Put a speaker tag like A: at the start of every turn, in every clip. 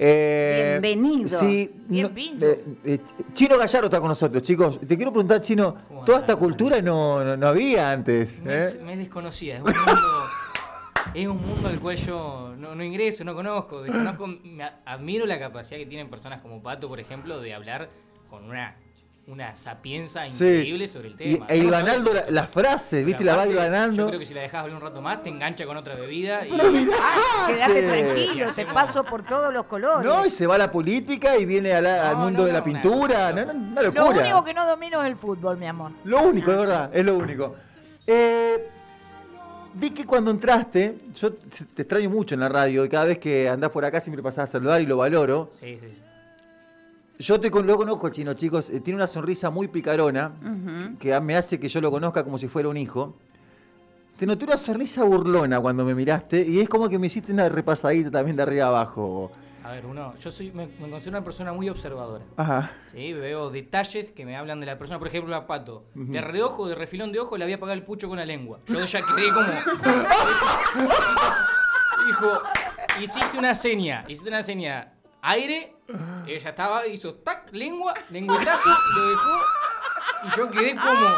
A: Eh,
B: Bienvenido.
A: sí,
C: Bien,
A: no,
C: Pincho.
A: eh, eh, Chino Gallardo está con nosotros, chicos. Te quiero preguntar, Chino,
D: ¿Cómo
A: toda
D: andás,
A: esta cultura no, no- no había antes.
D: Me es,
A: ¿eh?
D: me es desconocida, es un mundo. Es un mundo al cual yo no, no ingreso, no conozco, desconozco, me a- admiro la capacidad que tienen personas como Pato, por ejemplo, de hablar con una, una sapienza
A: Sí.
D: increíble sobre el
A: Y-
D: tema.
A: e
D: Estamos
A: Ivanaldo,
D: hablando-
A: la, la frase,
D: Pero
A: ¿viste? La va
D: aparte, Yo
A: Ivanaldo.
D: creo que si la dejas hablar un rato más, te engancha con otra bebida. Y,
C: Ah, quédate
A: Sí.
C: tranquilo, te paso por todos los colores.
A: No, y se va a la política y viene a la- al
D: No,
A: mundo
D: no,
A: de la
D: no,
A: pintura.
D: una-
A: No, no, una
C: lo
A: locura.
C: único que no domino es el fútbol, mi amor.
A: Lo único, es verdad, es lo único. Eh, vi que cuando entraste, yo te extraño mucho en la radio y cada vez que andás por acá siempre pasás a saludar y lo valoro.
D: Sí, sí.
A: Yo te con- lo conozco, chino, chicos. eh, tiene una sonrisa muy picarona
B: Ujú.
A: que a- me hace que yo lo conozca como si fuera un hijo. Te noté una sonrisa burlona cuando me miraste y es como que me hiciste una repasadita también de arriba abajo.
D: A ver, uno, yo soy, me, me considero una persona muy observadora.
A: Ajá.
D: Sí, veo detalles que me hablan de la persona. Por ejemplo, a Pato. De reojo, de refilón de ojo, le había apagado el pucho con la lengua. Yo ya quedé como. Dijo, hiciste una seña, hiciste una seña. Aire, ella estaba, hizo tac, lengua, lengüetazo, lo dejó. Y yo quedé como.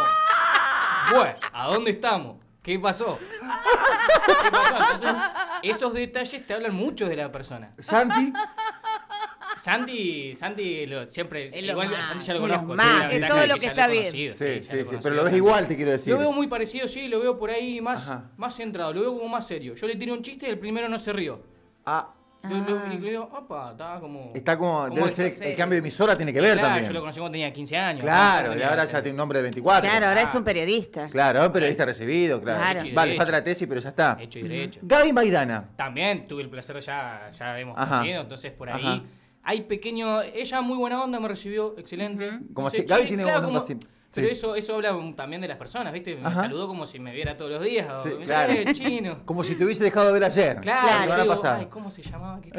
D: Bueno, ¿a dónde estamos? ¿Qué pasó? ¿Qué pasó? Entonces, esos detalles te hablan mucho de la persona.
A: Santi,
D: Santi, Santi lo- siempre.
C: lo
D: igual
C: más,
D: a Santi ya
C: es
D: lo
C: lo
D: conozco.
C: más,
D: sí, la
C: es
D: verdad
C: todo lo que
D: ya
C: está
D: he
C: bien.
D: conocido,
A: sí,
D: ya
A: sí,
D: lo
A: sí,
D: conocí,
A: pero lo
D: a
A: ves
D: Santi.
A: igual, te quiero decir.
D: Lo veo muy parecido, sí, lo veo por ahí más,
A: Ajá.
D: más centrado, lo veo como más serio. Yo le tiro un chiste y el primero no se rió.
A: Ah,
D: Lo- lo- y le digo, opa, está como.
A: está como,
D: como
A: debe
D: esto,
A: ser,
D: sí.
A: el cambio de emisora tiene que ver
D: Claro,
A: también.
D: Yo lo conocí cuando tenía 15 años.
A: Claro,
D: ¿no?
A: y ahora ya tiene un nombre de 24.
B: Claro, ahora es un periodista.
A: Claro, un periodista recibido, claro.
B: Claro.
D: Hecho y
A: Vale,
D: derecho.
A: falta la tesis, pero ya está.
D: Hecho y derecho.
A: Gaby Maidana.
D: También tuve el placer, ya, ya hemos
A: Ajá.
D: conocido, entonces por ahí.
A: Ajá.
D: Hay pequeño. Ella muy buena onda, me recibió, excelente.
A: Como
D: Dice,
A: así- Gaby
D: "Che,
A: tiene
D: claro,
A: una
D: como-
A: onda así,
D: Pero
A: sí.
D: eso, eso habla um, también de las personas, ¿viste? Me
A: Ajá.
D: saludó como si me viera todos los días. o-
A: Sí,
D: me dice,
A: claro.
D: "Eh, chino.
A: Como si te hubiese dejado de ver ayer.
D: Claro,
A: La
D: yo
A: semana
D: digo,
A: pasada.
D: "Ay, ¿cómo se llamaba? ¿Qué-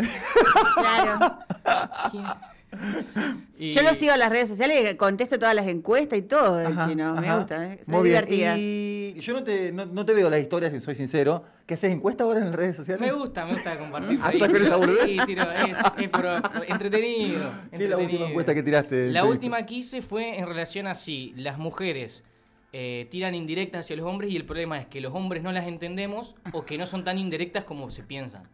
B: Claro.
D: quién?" Y-
B: Yo lo sigo a las redes sociales, contesto todas las encuestas y todo del
A: Ajá,
B: chino. Me
A: ajá.
B: gusta, eh. es
A: Muy bien.
B: divertida.
A: Y yo no te, no, no te veo las historias, si soy sincero. ¿Qué haces encuesta ahora en las redes sociales?
D: Me gusta, me gusta compartir.
A: Hasta con esa boludez.
D: Sí, tiro, es, es pro- pro- entretenido.
A: ¿Qué es la última
D: entretenido.
A: encuesta que tiraste?
D: La
A: Te-
D: última que hice fue en relación a si las mujeres eh, tiran indirectas hacia los hombres y el problema es que los hombres no las entendemos o que no son tan indirectas como se piensan.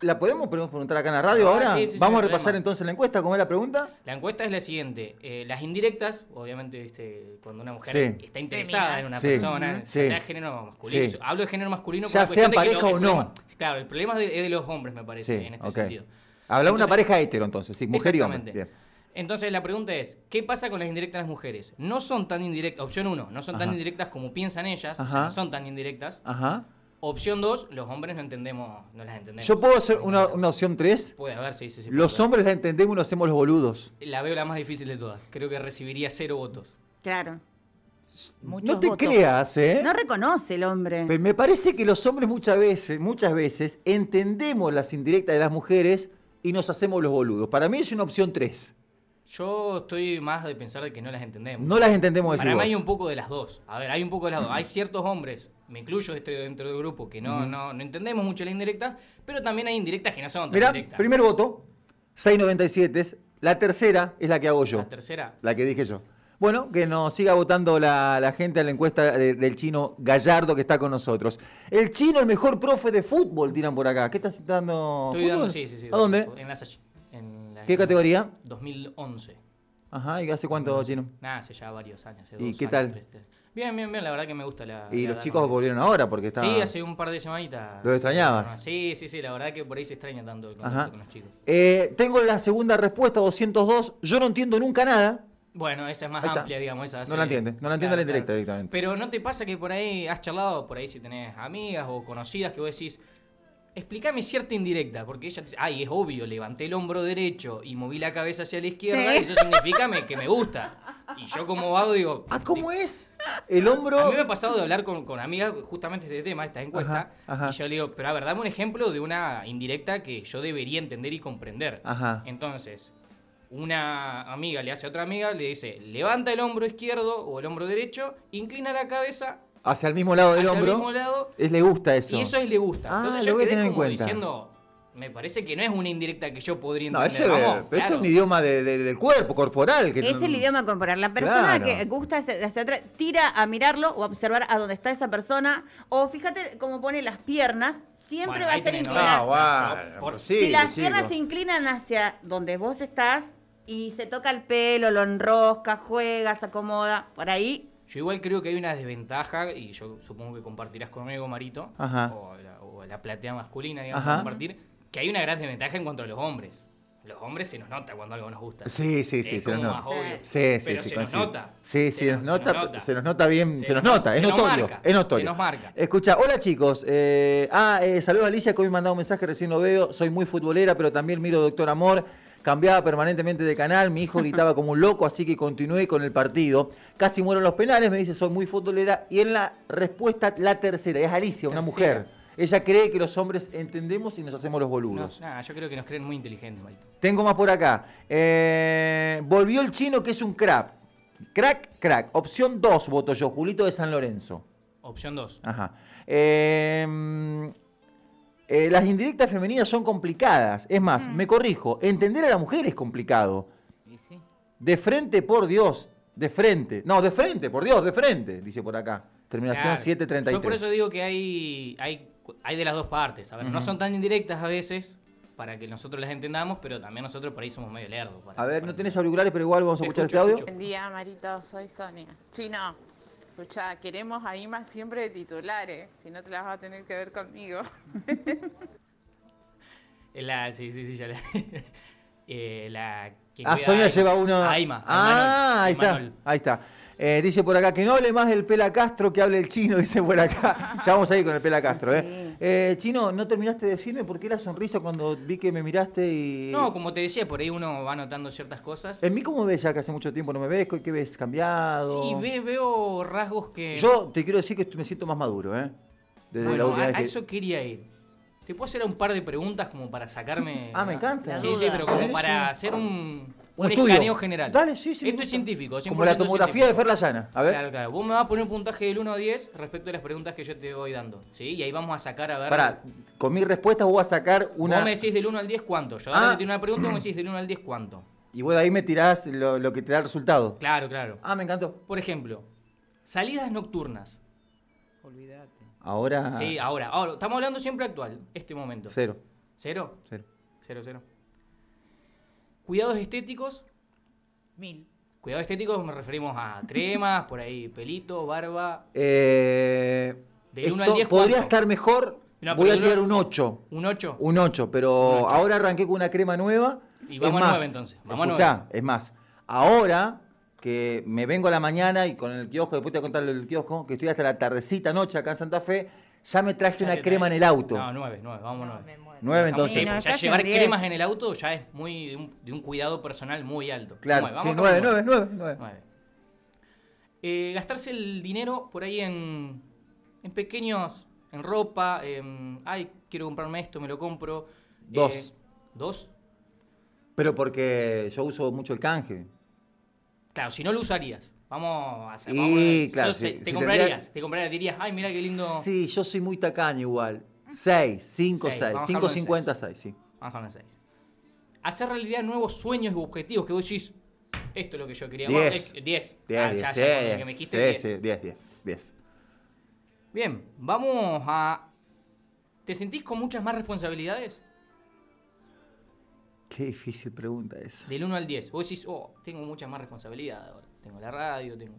A: ¿La podemos, podemos preguntar acá en la radio
D: Ah,
A: ahora?
D: sí, sí, sí,
A: Vamos
D: no
A: a
D: hay
A: repasar
D: problema.
A: entonces la encuesta. ¿Cómo es la pregunta?
D: La encuesta es la siguiente. eh, las indirectas, obviamente, viste, cuando una mujer
A: Sí.
D: está interesada en una
A: Sí.
D: persona,
A: Ujú. Sí.
D: sea género masculino,
A: Sí.
D: hablo de género masculino
A: Ya
D: por cuestión
A: sean
D: de que lo-
A: pareja
D: el
A: o
D: problema-
A: no.
D: Claro, el problema es de, es de los hombres, me parece, en este
A: ok.
D: sentido.
A: Habla una
D: Entonces-
A: pareja hetero entonces, sí, mujer y hombre.
D: Exactamente.
A: Bien.
D: Entonces la pregunta es, ¿qué pasa con las indirectas de las mujeres? No son tan indirectas, opción 1, no son tan
A: Ajá.
D: indirectas como piensan ellas, o sea,
A: Ajá.
D: no son tan indirectas.
A: Ajá.
D: Opción 2, los hombres no entendemos, no las entendemos.
A: Yo puedo hacer una, una opción 3.
D: Puede haber, sí, sí, sí.
A: Los
D: puede haber.
A: hombres la entendemos y nos hacemos los boludos.
D: La veo la más difícil de todas. Creo que recibiría cero votos.
B: Claro.
C: Muchos
A: no te
C: votos.
A: creas, ¿eh?
B: No reconoce el hombre.
A: Pero me parece que los hombres muchas veces, muchas veces, entendemos las indirectas de las mujeres y nos hacemos los boludos. Para mí es una opción 3.
D: Yo estoy más de pensar de que no las entendemos.
A: No las entendemos decir
D: Para mí hay
A: vos.
D: un poco de las dos. A ver, hay un poco de las dos. Hay ciertos hombres, me incluyo estoy dentro del grupo, que no, no, no entendemos mucho las indirectas, pero también hay indirectas que no son tan
A: Mirá,
D: indirectas.
A: primer voto, 697 es. La tercera es la que hago yo.
D: La tercera,
A: La que dije yo. Bueno, que nos siga votando la, la gente a la encuesta de- del chino Gallardo que está con nosotros. El chino, el mejor profe de fútbol, tiran por acá. ¿Qué estás dando?
D: Estoy
A: fútbol?
D: dando, sí, sí, sí.
A: ¿A dónde?
D: En la Salle. En la-
A: ¿Qué categoría?
D: 2011.
A: Ajá, ¿y hace cuánto, chino?
D: Nada, hace ya varios años. hace
A: ¿Y
D: dos
A: qué
D: años,
A: tal?
D: tres, tres. Bien, bien, bien. La verdad que me gusta la.
A: Y
D: la
A: los
D: edad
A: chicos
D: con-
A: volvieron ahora porque está.
D: Ah, Sí, hace un par de semanitas.
A: ¿Lo extrañabas?
D: Sí, sí, sí. La verdad que por ahí se extraña tanto el contacto
A: Ajá.
D: con los chicos.
A: Eh, tengo la segunda respuesta, 202. Yo no entiendo nunca nada.
D: Bueno, esa es más
A: Ahí está.
D: amplia, digamos. Esa
A: No la entiende, no la entiende la indirecta directamente.
D: Pero ¿no te pasa que por ahí has charlado, por ahí si tenés amigas o conocidas que vos decís, explícame cierta indirecta? Porque ella te dice, ay, es obvio, levanté el hombro derecho y moví la cabeza hacia la izquierda
B: Sí.
D: y eso significa me- que me gusta. Y yo como vago digo...
A: Ah, ¿cómo es? El
D: A
A: hombro.
D: mí me ha pasado de hablar con, con amigas justamente de este tema, de esta encuesta,
A: Ajá, ajá.
D: y yo le digo, pero a ver, dame un ejemplo de una indirecta que yo debería entender y comprender.
A: Ajá.
D: Entonces, una amiga le hace a otra amiga, le dice, levanta el hombro izquierdo o el hombro derecho, inclina la cabeza
A: Hacia el mismo lado del
D: hacia
A: hombro.
D: el mismo lado,
A: Es, le gusta eso.
D: y eso es le gusta.
A: Ah,
D: Entonces
A: lo
D: yo
A: voy a
D: quedé
A: tener en
D: como
A: cuenta.
D: diciendo, me parece que no es una indirecta que yo podría
A: No,
D: entender.
A: ese,
D: Vamos,
A: ese es
D: claro.
A: un idioma de- de- del cuerpo, corporal. Que
B: Es
A: no-
B: el idioma corporal. La persona
A: Claro.
B: que gusta hacia hacia atrás tira a mirarlo o a observar a dónde está esa persona. O fíjate cómo pone las piernas. Siempre
D: Bueno,
B: va a
D: ahí
B: ser
D: tenés, ¿no?
B: inclinada.
A: Ah, bueno,
D: No, por-
A: pero
B: si las
A: chico.
B: piernas se inclinan hacia donde vos estás y se toca el pelo, lo enrosca, juega, se acomoda, por ahí.
D: Yo igual creo que hay una desventaja, y yo supongo que compartirás conmigo, Marito,
A: Ajá.
D: o la, o la platea masculina, digamos,
A: Ajá.
D: compartir, que hay una gran desventaja en cuanto a los hombres. Los hombres se nos nota cuando algo nos gusta.
A: Sí, sí, sí,
D: Es
A: se nos
D: como
A: nota.
D: más obvio.
A: Sí, sí, sí.
D: Pero se nos
A: coincido.
D: nota.
A: Sí, se, nos, nota, se nos nota bien, se,
D: Se
A: nos
D: nos-
A: nota, es
D: se nos
A: notorio,
D: marca,
A: es notorio.
D: se nos marca.
A: Escucha, hola chicos, eh, ah, eh, saludos a Alicia que hoy me ha mandado un mensaje, recién lo veo, soy muy futbolera, pero también miro Doctor Amor, cambiaba permanentemente de canal, mi hijo gritaba como un loco, así que continué con el partido, casi muero en los penales, me dice soy muy futbolera, y en la respuesta la tercera, es Alicia, una
D: Tercera.
A: mujer. Ella cree que los hombres entendemos y nos hacemos los
D: No,
A: boludos.
D: nada, yo creo que nos creen muy inteligentes, Marito.
A: Tengo más por acá. Eh, volvió el chino que es un crack. Crack, crack. Opción 2 voto yo, Julito de San Lorenzo.
D: Opción 2.
A: Ajá. Eh, eh, las indirectas femeninas son complicadas. Es más, me corrijo, entender a la mujer es complicado. De frente, por Dios. De frente. No, de frente, por Dios, de frente, dice por acá. Terminación
D: Claro.
A: 733.
D: Yo por eso digo que hay, hay, hay de las dos partes. A ver, no son tan indirectas a veces para que nosotros las entendamos, pero también nosotros por ahí somos medio lerdos. para-
A: A ver,
D: para
A: no tenés
D: entender.
A: auriculares, pero igual vamos a escuchar
D: Escucho,
A: este audio.
D: escucho.
E: Buen día, Marito. Soy Sonia. Chino, escucha, queremos a Ima siempre de titulares. Si no, te las vas a tener que ver conmigo.
D: La, sí, sí, sí, ya la. eh, la quien
A: Ah,
D: cuida
A: Sonia
D: a Aima.
A: lleva uno.
D: A Aima, a
A: Ah,
D: Manuel,
A: ahí
D: a
A: está.
D: Manuel.
A: Ahí está. Eh, dice por acá que no hable más del Pela Castro, que hable el chino, dice por acá. ya vamos a ir con el Pela Castro, ¿eh? Eh, Chino, ¿no terminaste de decirme por qué la sonrisa cuando vi que me miraste y.
D: No, como te decía, por ahí uno va notando ciertas cosas.
A: ¿En mí cómo ves ya que hace mucho tiempo no me ves? ¿Qué ves? ¿Cambiado?
D: Sí, ve- veo rasgos que.
A: Yo te quiero decir que me siento más maduro, ¿eh? Desde la
D: Bueno,
A: última
D: a,
A: vez
D: a
A: que-
D: eso quería ir. ¿Te puedo hacer un par de preguntas como para sacarme.
A: Ah, me encanta.
D: Sí,
A: La
D: sí,
A: duda.
D: pero como
A: Sí,
D: para
A: sí.
D: hacer un,
A: Un
D: un
A: estudio.
D: escaneo general.
A: Dale, sí, sí, me
D: Esto es
A: gusta.
D: científico.
A: Como la
D: 100%
A: tomografía de
D: científico.
A: Ferlazana. A ver.
D: Claro, claro. Vos me vas a poner un puntaje del 1 a 10 respecto a las preguntas que yo te voy dando. ¿Sí? Y ahí vamos a sacar a ver.
A: Pará, con mi respuesta voy a sacar una.
D: Vos me decís del 1 al 10 cuánto. Yo
A: Ah.
D: ahora te tiro una pregunta y vos me decís del 1 al 10 cuánto.
A: Y vos de ahí me tirás lo, lo que te da el resultado.
D: Claro, claro.
A: Ah, me encantó.
D: Por ejemplo, salidas nocturnas.
A: Ahora.
D: Sí, ah, ahora, ahora. Estamos hablando siempre actual, este momento.
A: Cero.
D: ¿Cero?
A: Cero.
D: Cero, cero. Cuidados estéticos.
C: Mil.
D: Cuidados estéticos nos referimos a cremas, por ahí, pelito, barba.
A: Eh,
D: Del uno
A: esto
D: al diez,
A: podría
D: ¿cuánto?
A: estar mejor.
D: No,
A: Voy
D: pero
A: a
D: del
A: tirar
D: uno-
A: un 8.
D: ¿Un 8?
A: Un 8, pero
D: Un ocho.
A: ahora arranqué con una crema nueva.
D: Y
A: Es
D: vamos a
A: más,
D: nueve, entonces. Vamos a
A: escuchá, es más. Ahora que me vengo a la mañana y con el kiosco, después te voy a contar el kiosco, que estoy hasta la tardecita noche acá en Santa Fe, ya me traje una crema en el auto.
D: No, 9, 9, vamos
C: No,
D: 9.
C: me muero.
A: 9
D: Dejamos-
A: entonces.
D: sí,
B: no,
D: porque ya
B: casi
D: llevar
B: un diez.
D: cremas en el auto ya es muy de un, de un cuidado personal muy alto.
A: claro,
D: Nueve,
A: sí,
D: vamos
A: 9,
D: con nueve.
A: 9, 9, 9.
D: Nueve. Eh, gastarse el dinero por ahí en, en pequeños, en ropa, en, ay, quiero comprarme esto, me lo compro. Eh,
A: Dos.
D: ¿Dos?
A: Pero porque yo uso mucho el canje.
D: Claro, si no lo usarías. Vamos a hacer.
A: Y,
D: vamos a-
A: claro,
D: Yo sé,
A: si-
D: te,
A: si
D: comprarías,
A: tendría-
D: te comprarías, dirías, ay, mira qué lindo.
A: Sí, yo soy muy tacaño igual. 6, 5,
D: Seis,
A: 6,
D: vamos a
A: 5,
D: dejarlo en Ah,
A: 50, 6, sí.
D: Vamos a poner seis. Hacer realidad nuevos sueños y objetivos que vos decís, esto es lo que yo quería. Bueno,
A: Diez.
D: eh, diez.
A: 10,
D: Ah, ya,
A: 10,
D: ya, con lo que me dijiste, diez.
A: 10, 10, 10, 10.
D: Bien, vamos a. ¿Te sentís con muchas más responsabilidades?
A: Qué difícil pregunta esa.
D: Del 1 al 10. Vos decís, oh, tengo muchas más responsabilidades ahora. Tengo la radio, tengo.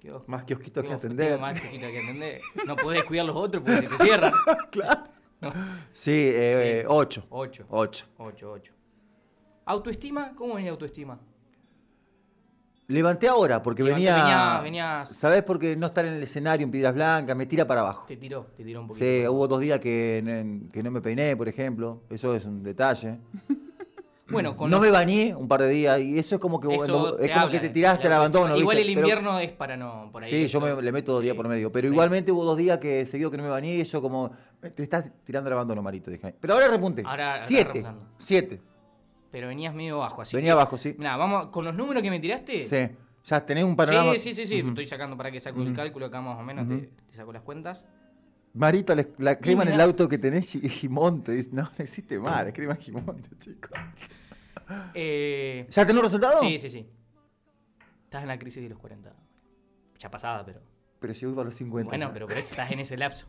D: kiosco,
A: Más kiosquitos que
D: kiosco,
A: atender.
D: tengo más kiosquitos que atender. No podés cuidar los otros porque te cierran.
A: claro. Sí, eh, 8.
D: 8.
A: 8.
D: 8, 8. ¿Autoestima? ¿Cómo venía autoestima?
A: Levanté ahora porque
D: Levanté,
A: venía.
D: venías- venías-
A: ¿Sabés? Porque no estar en el escenario en Piedras Blancas me tira para abajo.
D: Te tiró, te tiró un poquito.
A: Sí, hubo dos días que, n- que no me peiné, por ejemplo. Eso es un detalle.
D: Bueno, con
A: no
D: los-
A: me bañé un par de días y eso es como que,
D: eso
A: bueno, es
D: te
A: como
D: habla
A: que te
D: de-
A: tiraste
D: de
A: al
D: la-
A: abandono.
D: Igual
A: ¿viste?
D: el
A: Pero-
D: invierno es para no. Por ahí
A: Sí, yo
D: esto-
A: me, le meto dos días por medio. Pero
D: Sí.
A: igualmente hubo dos días que seguido que no me bañé y eso como. Te estás tirando el abandono, Marito. dije. Pero ahora repunté.
D: Ahora- ahora
A: siete.
D: repuntando.
A: Siete.
D: Pero venías medio bajo, así.
A: Venía
D: que-
A: abajo, sí.
D: Nah, vamos, con los números que me tiraste.
A: Sí. Ya tenés un panorama.
D: Sí, sí, sí, sí. Estoy sacando para que saco el cálculo acá más o menos, te, te saco las cuentas.
A: Marito, la, la crema en el
D: mirá.
A: auto que tenés y y Gimonte. Dice, No, no existe mar, es crema Gimonte, chicos.
D: Eh,
A: ¿Ya tenés los resultados?
D: sí, sí, sí. Estás en la crisis de los 40. Ya pasada, pero.
A: Pero yo iba a los 50.
D: Bueno, pero por eso estás en ese lapso.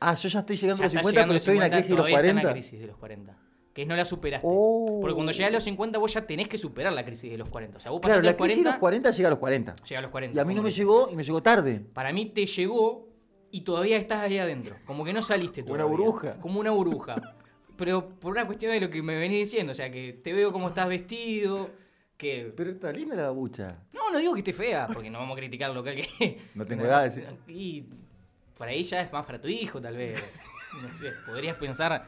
A: Ah, yo ya estoy llegando
D: Ya
A: a los
D: estás
A: 50,
D: llegando
A: pero
D: a los
A: estoy en la crisis de los
D: todavía estás en
A: 40.
D: la crisis de los 40. Que no la superaste.
A: Oh.
D: Porque cuando llegas a los 50 vos ya tenés que superar la crisis de los 40. O sea, vos
A: Claro,
D: pasaste
A: la crisis de
D: los
A: los 40 llega a los 40.
D: Llega a los 40.
A: Y a mí no
D: como
A: me
D: que-
A: llegó y me llegó tarde.
D: Para mí te llegó y todavía estás ahí adentro. Como que no saliste
A: Una
D: todavía.
A: burbuja.
D: Como una burbuja. Pero por una cuestión de lo que me venís diciendo. O sea, que te veo como estás vestido. Que.
A: Pero está linda la babucha.
D: No, no digo que esté fea, porque no vamos a criticar lo que que.
A: No tengo edad, sí.
D: Y por ahí ya es más para tu hijo, tal vez. No sé, Podrías pensar,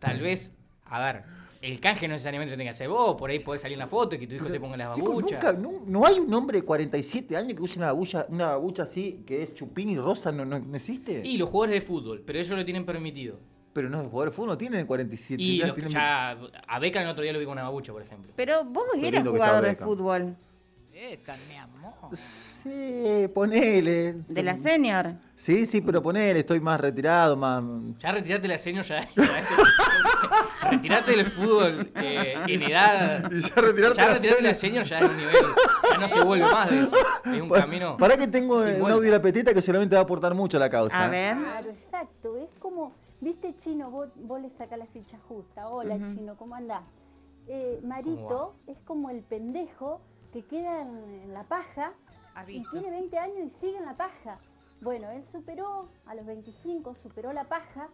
D: tal vez, a ver, el canje no necesariamente lo tengas que hacer vos, por ahí podés salir en la foto y que tu hijo se ponga las
A: Chicos,
D: babuchas.
A: nunca, nu- no, hay un hombre de 47 años que use una babucha, una babucha así, que es chupín y rosa, no, no, no existe.
D: Y los jugadores de fútbol, pero ellos lo tienen permitido.
A: Pero no, el jugador de fútbol no tiene 47
D: Y
A: años.
D: los que
A: tiene-
D: ya, a Beca el otro día lo vi con una babucha, por ejemplo.
B: Pero vos
A: Qué
B: eras
A: lindo que estaba
B: jugador de
A: Beckham.
B: fútbol,
C: Beca, mi amor.
A: Sí, ponele.
B: de la senior.
A: Sí, sí, pero ponele, estoy más retirado, más...
D: Ya retirate la seño, ya. ya es- retirate del fútbol eh, en edad.
A: Y ya retirarte
D: Ya
A: la
D: retirate la señor ya es un nivel. Ya no se vuelve más de eso. Es un camino.
A: Para que tengo
D: sin
A: eh, un
D: vuelta.
A: audio de la petita que seguramente va a aportar mucho a la causa.
B: A ver.
D: Ah,
F: Claro, exacto. Es como, viste, chino, vos, vos le sacás la ficha justa. Hola, chino, ¿cómo andás? Eh, Marito es como el pendejo que queda en, en la paja
D: ah,
C: ¿Has
F: y
C: visto?
F: tiene 20 años y sigue en la paja. Bueno, él superó, a los 25 superó la paja,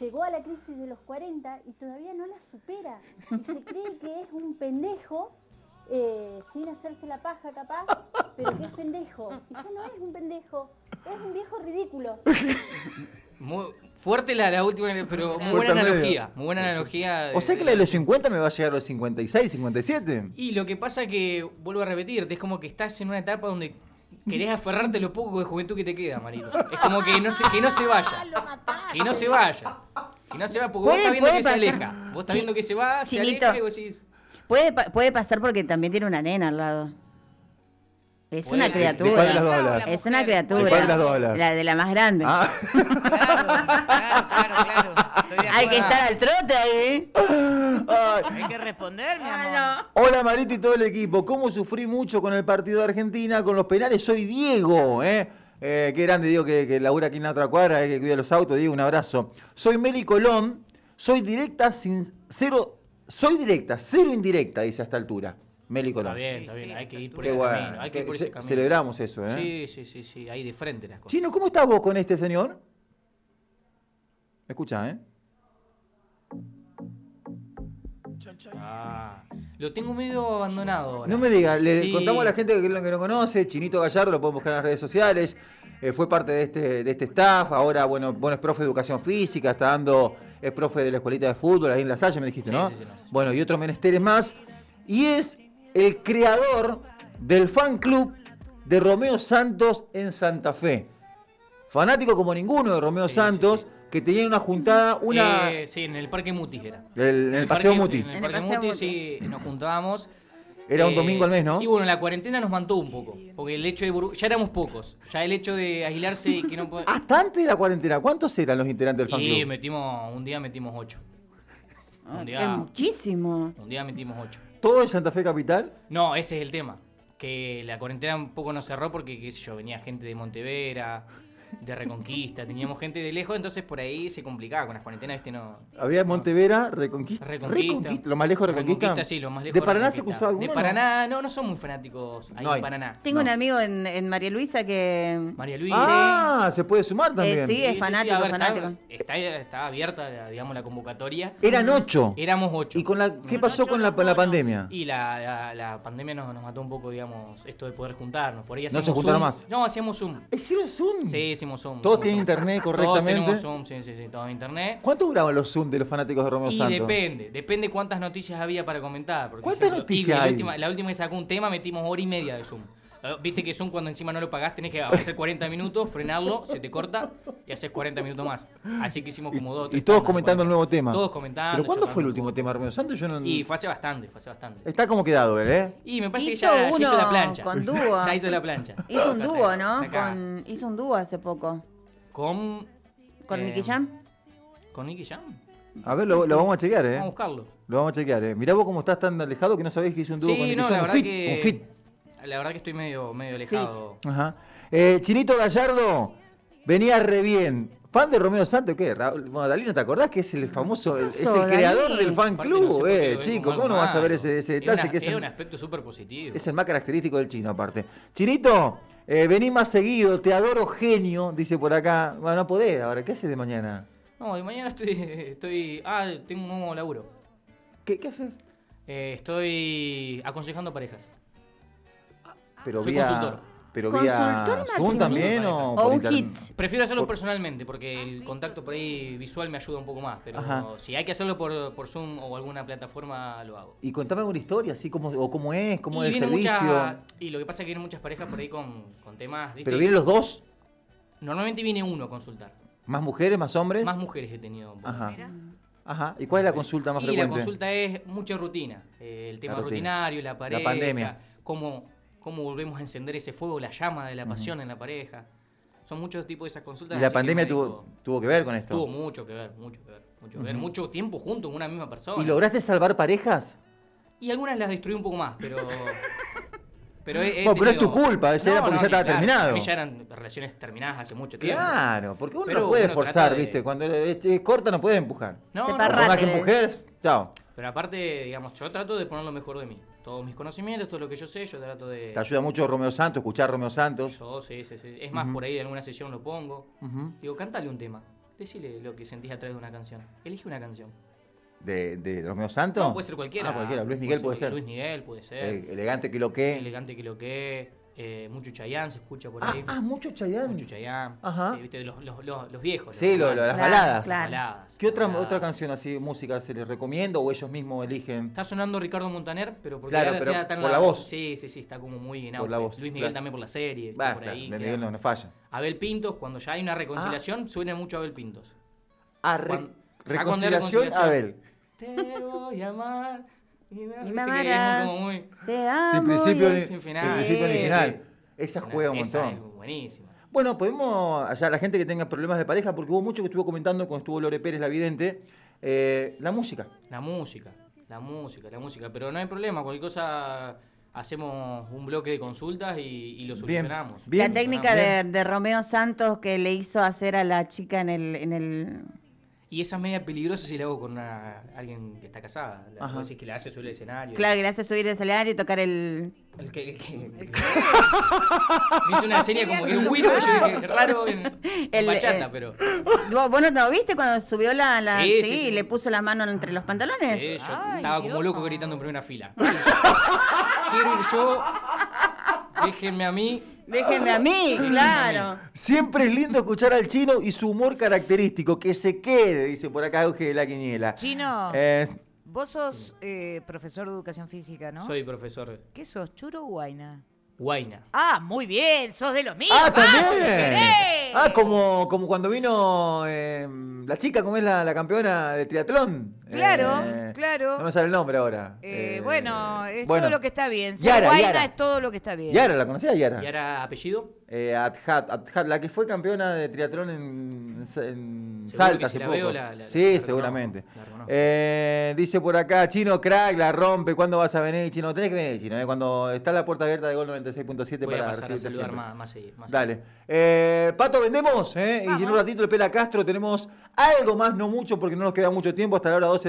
F: llegó a la crisis de los 40 y todavía no la supera. Y se cree que es un pendejo eh, sin hacerse la paja capaz, pero que es pendejo. Y ya no es un pendejo, es un viejo ridículo.
D: Muy fuerte la, la última, pero
A: Corta
D: muy buena
A: media.
D: analogía. Muy buena analogía. de-
A: O sea que la de los 50 me va a llegar a los 56, 57.
D: Y lo que pasa que, vuelvo a repetirte, es como que estás en una etapa donde querés aferrarte lo poco de juventud que te queda, Marito. Es como que no se, que no se vaya. Que no se vaya. Que no se vaya, porque vos
B: Puede-
D: estás viendo
B: puede
D: que
B: pasar.
D: se aleja. Vos estás
B: Chi-
D: viendo que se va,
B: Chinito.
D: se aleja y vos decís.
B: Puede, pa- puede pasar porque también tiene una nena al lado. Es
D: Puede-
B: una
D: ¿De- de cuál
B: criatura.
D: de
A: las dos hablas?
B: Es una
C: ¿De
B: criatura.
A: cuál de las dos hablas?
B: La de la más grande.
A: Ah,
C: Claro, claro, claro, claro. Estoy de
B: Hay que
C: acuerdo.
B: estar al trote ahí.
A: ay.
C: Hay que responder,
E: Ah,
C: mi amor.
A: Hola Marito y todo el equipo, ¿cómo sufrí mucho con el partido de Argentina? Con los penales, soy Diego, ¿eh? Eh, qué grande Diego que, que labura aquí en la otra cuadra, eh, que cuida los autos, Diego, un abrazo. Soy Meli Colón, soy directa, sin cero, soy directa, cero indirecta, dice a esta altura. Meli
D: Está
A: Colón.
D: bien, está bien, hay que ir por
A: Qué
D: ese
A: bueno,
D: camino. Hay que ir por
A: que
D: ese
A: ce-
D: camino.
A: celebramos eso, ¿eh?
D: Sí, sí, sí, sí, ahí de frente las cosas.
A: Chino, ¿cómo estás vos con este señor? ¿Me escuchás, eh?
D: Ah, lo tengo medio abandonado. ahora.
A: No me digas, le
D: Sí.
A: contamos a la gente que lo, que lo conoce, Chinito Gallardo, lo pueden buscar en las redes sociales, eh, fue parte de este, de este staff, ahora bueno, bueno, es profe de educación física, está dando, es profe de la escuelita de fútbol, ahí en La Salle me dijiste,
D: Sí,
A: ¿no?
D: sí, sí, no sé.
A: Bueno, y otros menesteres más, y es el creador del fan club de Romeo Santos en Santa Fe. Fanático como ninguno de Romeo
D: Sí, sí,
A: Santos, que tenía una juntada, una...
D: Eh, sí, en el Parque Mutis era.
A: el- en el, Paseo
D: parque-
A: Muti.
D: En
B: En
D: el
B: el
D: Parque
B: Paseo
D: Muti,
B: Muti.
D: sí, nos juntábamos.
A: Era un
D: Eh,
A: domingo al mes, ¿no?
D: Y bueno, la cuarentena nos mantuvo un poco. Porque el hecho de. burbu- Ya éramos pocos. Ya el hecho de aislarse y que no pod-
A: Hasta antes de la cuarentena, ¿cuántos eran los integrantes del fan
D: Y
A: club?
D: metimos. Un día metimos ocho. Un
B: Es
D: día,
B: muchísimo.
D: un día metimos ocho.
A: ¿Todo de Santa Fe Capital?
D: No, ese es el tema. Que la cuarentena un poco nos cerró porque, qué sé yo, venía gente de Montevera, de Reconquista, teníamos gente de lejos, entonces por ahí se complicaba con las cuarentenas, este no.
A: Había Montevera, Reconquista.
D: Reconquista.
A: Reconquista, Lo más lejos de Reconquista.
D: sí, lo más lejos
A: ¿De Paraná se
D: Reconquista.
A: cruzaba alguno?
D: De
A: no?
D: Paraná, no, no son muy fanáticos ahí
A: No hay.
D: en Paraná.
B: Tengo
A: No.
B: un amigo en, en María Luisa que.
D: María Luisa.
A: Ah, se puede sumar también.
B: Eh, sí. es fanático,
D: a ver, está-
B: fanático.
D: Está, está abierta, la- digamos, la convocatoria.
A: Eran ocho.
D: Éramos ocho.
A: ¿Y con la, qué pasó con la, la pandemia?
D: Y la, la- la pandemia nos, nos mató un poco, digamos, esto de poder juntarnos. Por ahí
A: se
D: hacíamos
A: juntaron
D: Zoom.
A: más.
D: No, hacíamos Zoom.
A: ¿Hicieron Zoom?
D: Sí, hicimos Zoom.
A: Todos
D: hicimos
A: tienen
D: Zoom.
A: internet
D: Todos
A: correctamente.
D: tenemos Zoom, sí, sí, sí, todos internet.
A: ¿Cuánto duraban los Zoom de los fanáticos de Romeo
D: Y
A: Santos?
D: depende, depende cuántas noticias había para comentar. porque,
A: ¿Cuántas noticias
D: y la
A: hay?
D: Última, la última que sacó un tema metimos hora y media de Zoom. Eh, Viste que Zoom cuando encima no lo pagás tenés que hacer 40 minutos, frenarlo, se te corta y haces 40 minutos más. Así que hicimos
A: Y,
D: como dos.
A: y
D: tres
A: todos
D: tandas,
A: comentando el nuevo
D: 40.
A: tema.
D: Todos comentando.
A: ¿Pero cuándo
D: charlando
A: fue el
D: un
A: último
D: poco.
A: tema de Romeo Santos? Yo no...
D: Y fue hace bastante, fue hace bastante.
A: Está como quedado él, ¿eh?
D: Y me parece
B: Hizo
D: que ya, ya
B: uno
D: hizo la plancha.
B: con dúo.
D: Ya hizo la plancha.
B: Hizo un
D: Ya está,
B: dúo, ¿no?
D: está acá.
B: Con- hizo un dúo hace poco.
D: Con
B: ¿Con
D: Eh,
B: Nicky Jam?
D: ¿Con Nicky Jam?
A: A ver, lo, lo vamos a chequear,
D: Vamos a
A: ¿eh?
D: buscarlo.
A: Lo vamos a chequear, ¿eh? Mirá vos cómo estás tan alejado que no sabés que hizo un dúo
D: Sí,
A: con Nicky
D: no,
A: Jam.
D: la
A: un
D: verdad
A: fit,
D: que-
A: un fit.
D: La verdad que estoy medio, medio alejado.
A: Ajá. Eh, Chinito Gallardo, venía re bien. ¿Fan de Romeo Santos qué? Ra- Bueno, Dalí, ¿no te acordás que es el famoso, el- es
B: pasó,
A: el creador
B: Dalí?
A: del fan
D: Aparte, no sé
A: club,
D: por qué lo
A: eh,
D: veo
A: chico?
D: como
A: ¿Cómo
D: algo
A: no vas a ver
D: malo.
A: ese, ese
D: Es
A: detalle
D: una-
A: que es
D: es
A: el,
D: un aspecto súper positivo.
A: es el más característico del chino, aparte? Chinito, eh, vení más seguido, te adoro genio, dice por acá. Bueno, no podés ahora, ¿qué haces de mañana?
D: No, y mañana estoy, estoy. Ah, tengo un nuevo laburo.
A: ¿Qué, qué haces?
D: Eh, estoy aconsejando parejas.
A: Pero
D: Soy
A: vía,
D: consultor.
A: pero vía
B: ¿Consultor
A: Zoom
B: matrimonial?
A: también o,
D: O
A: por
B: un
A: internet?
B: hits.
D: Prefiero hacerlo
A: Por-
D: personalmente porque el contacto por ahí visual me ayuda un poco más. Pero
A: Ajá.
D: si hay que hacerlo por, por Zoom o alguna plataforma, lo hago.
A: Y contame una historia, así como, o cómo es, cómo es el
D: viene
A: servicio.
D: mucha- y lo que pasa es que vienen muchas parejas por ahí con, con temas. ¿viste?
A: Pero vienen los dos,
D: Normalmente viene uno a consultar.
A: más mujeres, más hombres.
D: Más mujeres he tenido. por ahí.
A: Ajá. Ajá. ¿Y cuál es la consulta más
D: y
A: frecuente?
D: la consulta es mucha rutina. Eh, el tema
A: La rutina.
D: rutinario, la pareja.
A: pandemia.
D: Cómo, cómo volvemos a encender ese fuego, la llama de la pasión en la pareja. Son muchos tipos de esas consultas.
A: Y la
D: así que
A: pandemia
D: me
A: tuvo,
D: dedico-
A: tuvo que ver con esto.
D: Tuvo mucho que ver, mucho que ver. Mucho que ver. Mucho tiempo junto con una misma persona.
A: ¿Y lograste salvar parejas?
D: Y algunas las destruí un poco más, pero. Pero, he- he
A: Bueno, pero es
D: tenido-
A: tu culpa, esa era porque ya
D: ni
A: estaba
D: hablar.
A: terminado.
D: A mí ya eran relaciones terminadas hace mucho tiempo.
A: Claro, porque uno
D: Pero
A: no puede
D: uno
A: forzar,
D: trata de-
A: ¿viste? Cuando es, es corta no puedes empujar.
D: No, no,
B: Separate.
A: Por más que
B: le-
A: mujeres, chao.
D: pero aparte, digamos, yo trato de poner lo mejor de mí. Todos mis conocimientos, todo lo que yo sé, yo trato de.
A: Te ayuda mucho Romeo Santos, escuchar Romeo Santos.
D: Yo, sí, sí, sí. Es más, por ahí en alguna sesión lo pongo.
A: Ujú.
D: Digo, cántale un tema. Decile lo que sentís a través de una canción. Elige una canción.
A: De, de Romeo Santos.
D: No, puede ser cualquiera.
A: Ah, cualquiera. Luis Miguel puede ser.
D: Luis Miguel puede ser.
A: Eh, elegante que lo que.
D: Elegante que lo que. eh, mucho Chayanne se escucha por
A: Ah,
D: ahí.
A: ah, mucho Chayanne.
D: Mucho Chayanne.
A: Ajá.
D: Sí, viste, los, los, los, los viejos. los
A: Sí, lo- lo-
D: romanos.
A: las
B: Claro,
A: baladas.
B: claro.
D: Baladas,
A: ¿Qué otra,
D: baladas.
A: otra canción así, música, se les recomiendo o ellos mismos eligen?
D: Está sonando Ricardo Montaner, pero porque
A: Claro,
D: ahora
A: pero
D: queda tan
A: por la voz.
D: Sí, sí, sí, está como muy en
A: Por
D: auge.
A: la voz,
D: Luis Miguel
A: claro.
D: también por la serie.
A: Bah,
D: por
A: claro,
D: ahí.
A: de
D: queda.
A: Miguel no, Ah. no falla.
D: Abel Pintos, cuando ya hay una reconciliación, suena mucho Abel Pintos.
A: Ah, re-
D: Cuando- ya cuando hay
A: reconciliación,
D: reconciliación.
A: Abel.
D: Te voy a amar. Y me,
B: Y me
D: viste que es
B: amarás.
D: como Ah, muy-
B: Te amo.
A: sin principio,
B: y-
A: ni-
D: sin
A: sin
D: final.
A: principio
B: Sí.
A: original. Esa juega un
D: Esa
A: montón.
D: es buenísima.
A: Bueno, podemos, allá la gente que tenga problemas de pareja, porque hubo mucho que estuvo comentando cuando estuvo Lore Pérez, la vidente, eh, la música.
D: La música, la música, la música. Pero no hay problema, cualquier cosa hacemos un bloque de consultas y, y lo
A: Bien,
D: solucionamos.
A: bien.
B: la técnica de, de Romeo Santos que le hizo hacer a la chica en el. En el...
D: Y esa es media peligrosa si la hago con una- alguien que está casada. La
A: Ajá.
D: vos decís que la hace sobre el escenario.
B: Claro, gracias subir el escenario y tocar el.
D: El que, el que- Me hizo una serie como que un huilo, yo dije, raro en, en
B: El-
D: bachata,
B: eh,
D: pero...
B: ¿Vos, vos no te viste cuando subió la. la-
D: Sí,
B: sí,
D: sí, sí.
B: y le puso las manos entre los pantalones?
D: Sí, yo
C: Ay,
D: estaba como
C: Dios.
D: loco gritando en primera fila. Quiero ir yo, déjenme a mí.
B: Déjenme a mí, claro.
A: Siempre es lindo escuchar al chino y su humor característico, que se quede, dice por acá Euge de la Quiniela.
C: Chino,
A: Eh,
C: vos sos eh, profesor de educación física, ¿no?
D: Soy profesor
C: ¿Qué sos, churo o guaina?
D: Guaina.
C: Ah, muy bien, sos de los míos.
A: ah,
C: vamos, pues, si
A: también.
C: querés.
A: Ah, como, como cuando vino eh, la chica, como es la, la campeona de triatlón. Eh,
C: Claro, claro.
A: No me sale el nombre ahora.
C: Eh,
A: Eh,
C: bueno, es
A: bueno.
C: todo lo que está bien. Ser
A: Yara,
C: guaina
A: Yara.
C: es todo lo que está bien.
A: Yara, ¿la conocías, Yara?
D: ¿Y ahora apellido?
A: Eh, Adhat, Adhat, la que fue campeona de triatlón en, en
D: Seguro
A: Salta
D: que si
A: hace
D: la
A: poco.
D: veo, la- la- la
A: sí,
D: reconozco,
A: seguramente.
D: la reconozco.
A: Eh, dice por acá, Chino Crack, la rompe, ¿cuándo vas a venir, Chino? Tenés que venir, Chino, eh, cuando está la puerta abierta de Gol 96.7
D: Voy a
A: para
D: pasar a
A: recibirte
D: saludar
A: siempre.
D: más, más seguido. más
A: Dale. Eh, Pato, vendemos, ¿eh? Y en un ratito el Pela Castro tenemos algo más, no mucho, porque no nos queda mucho tiempo, hasta la hora 12.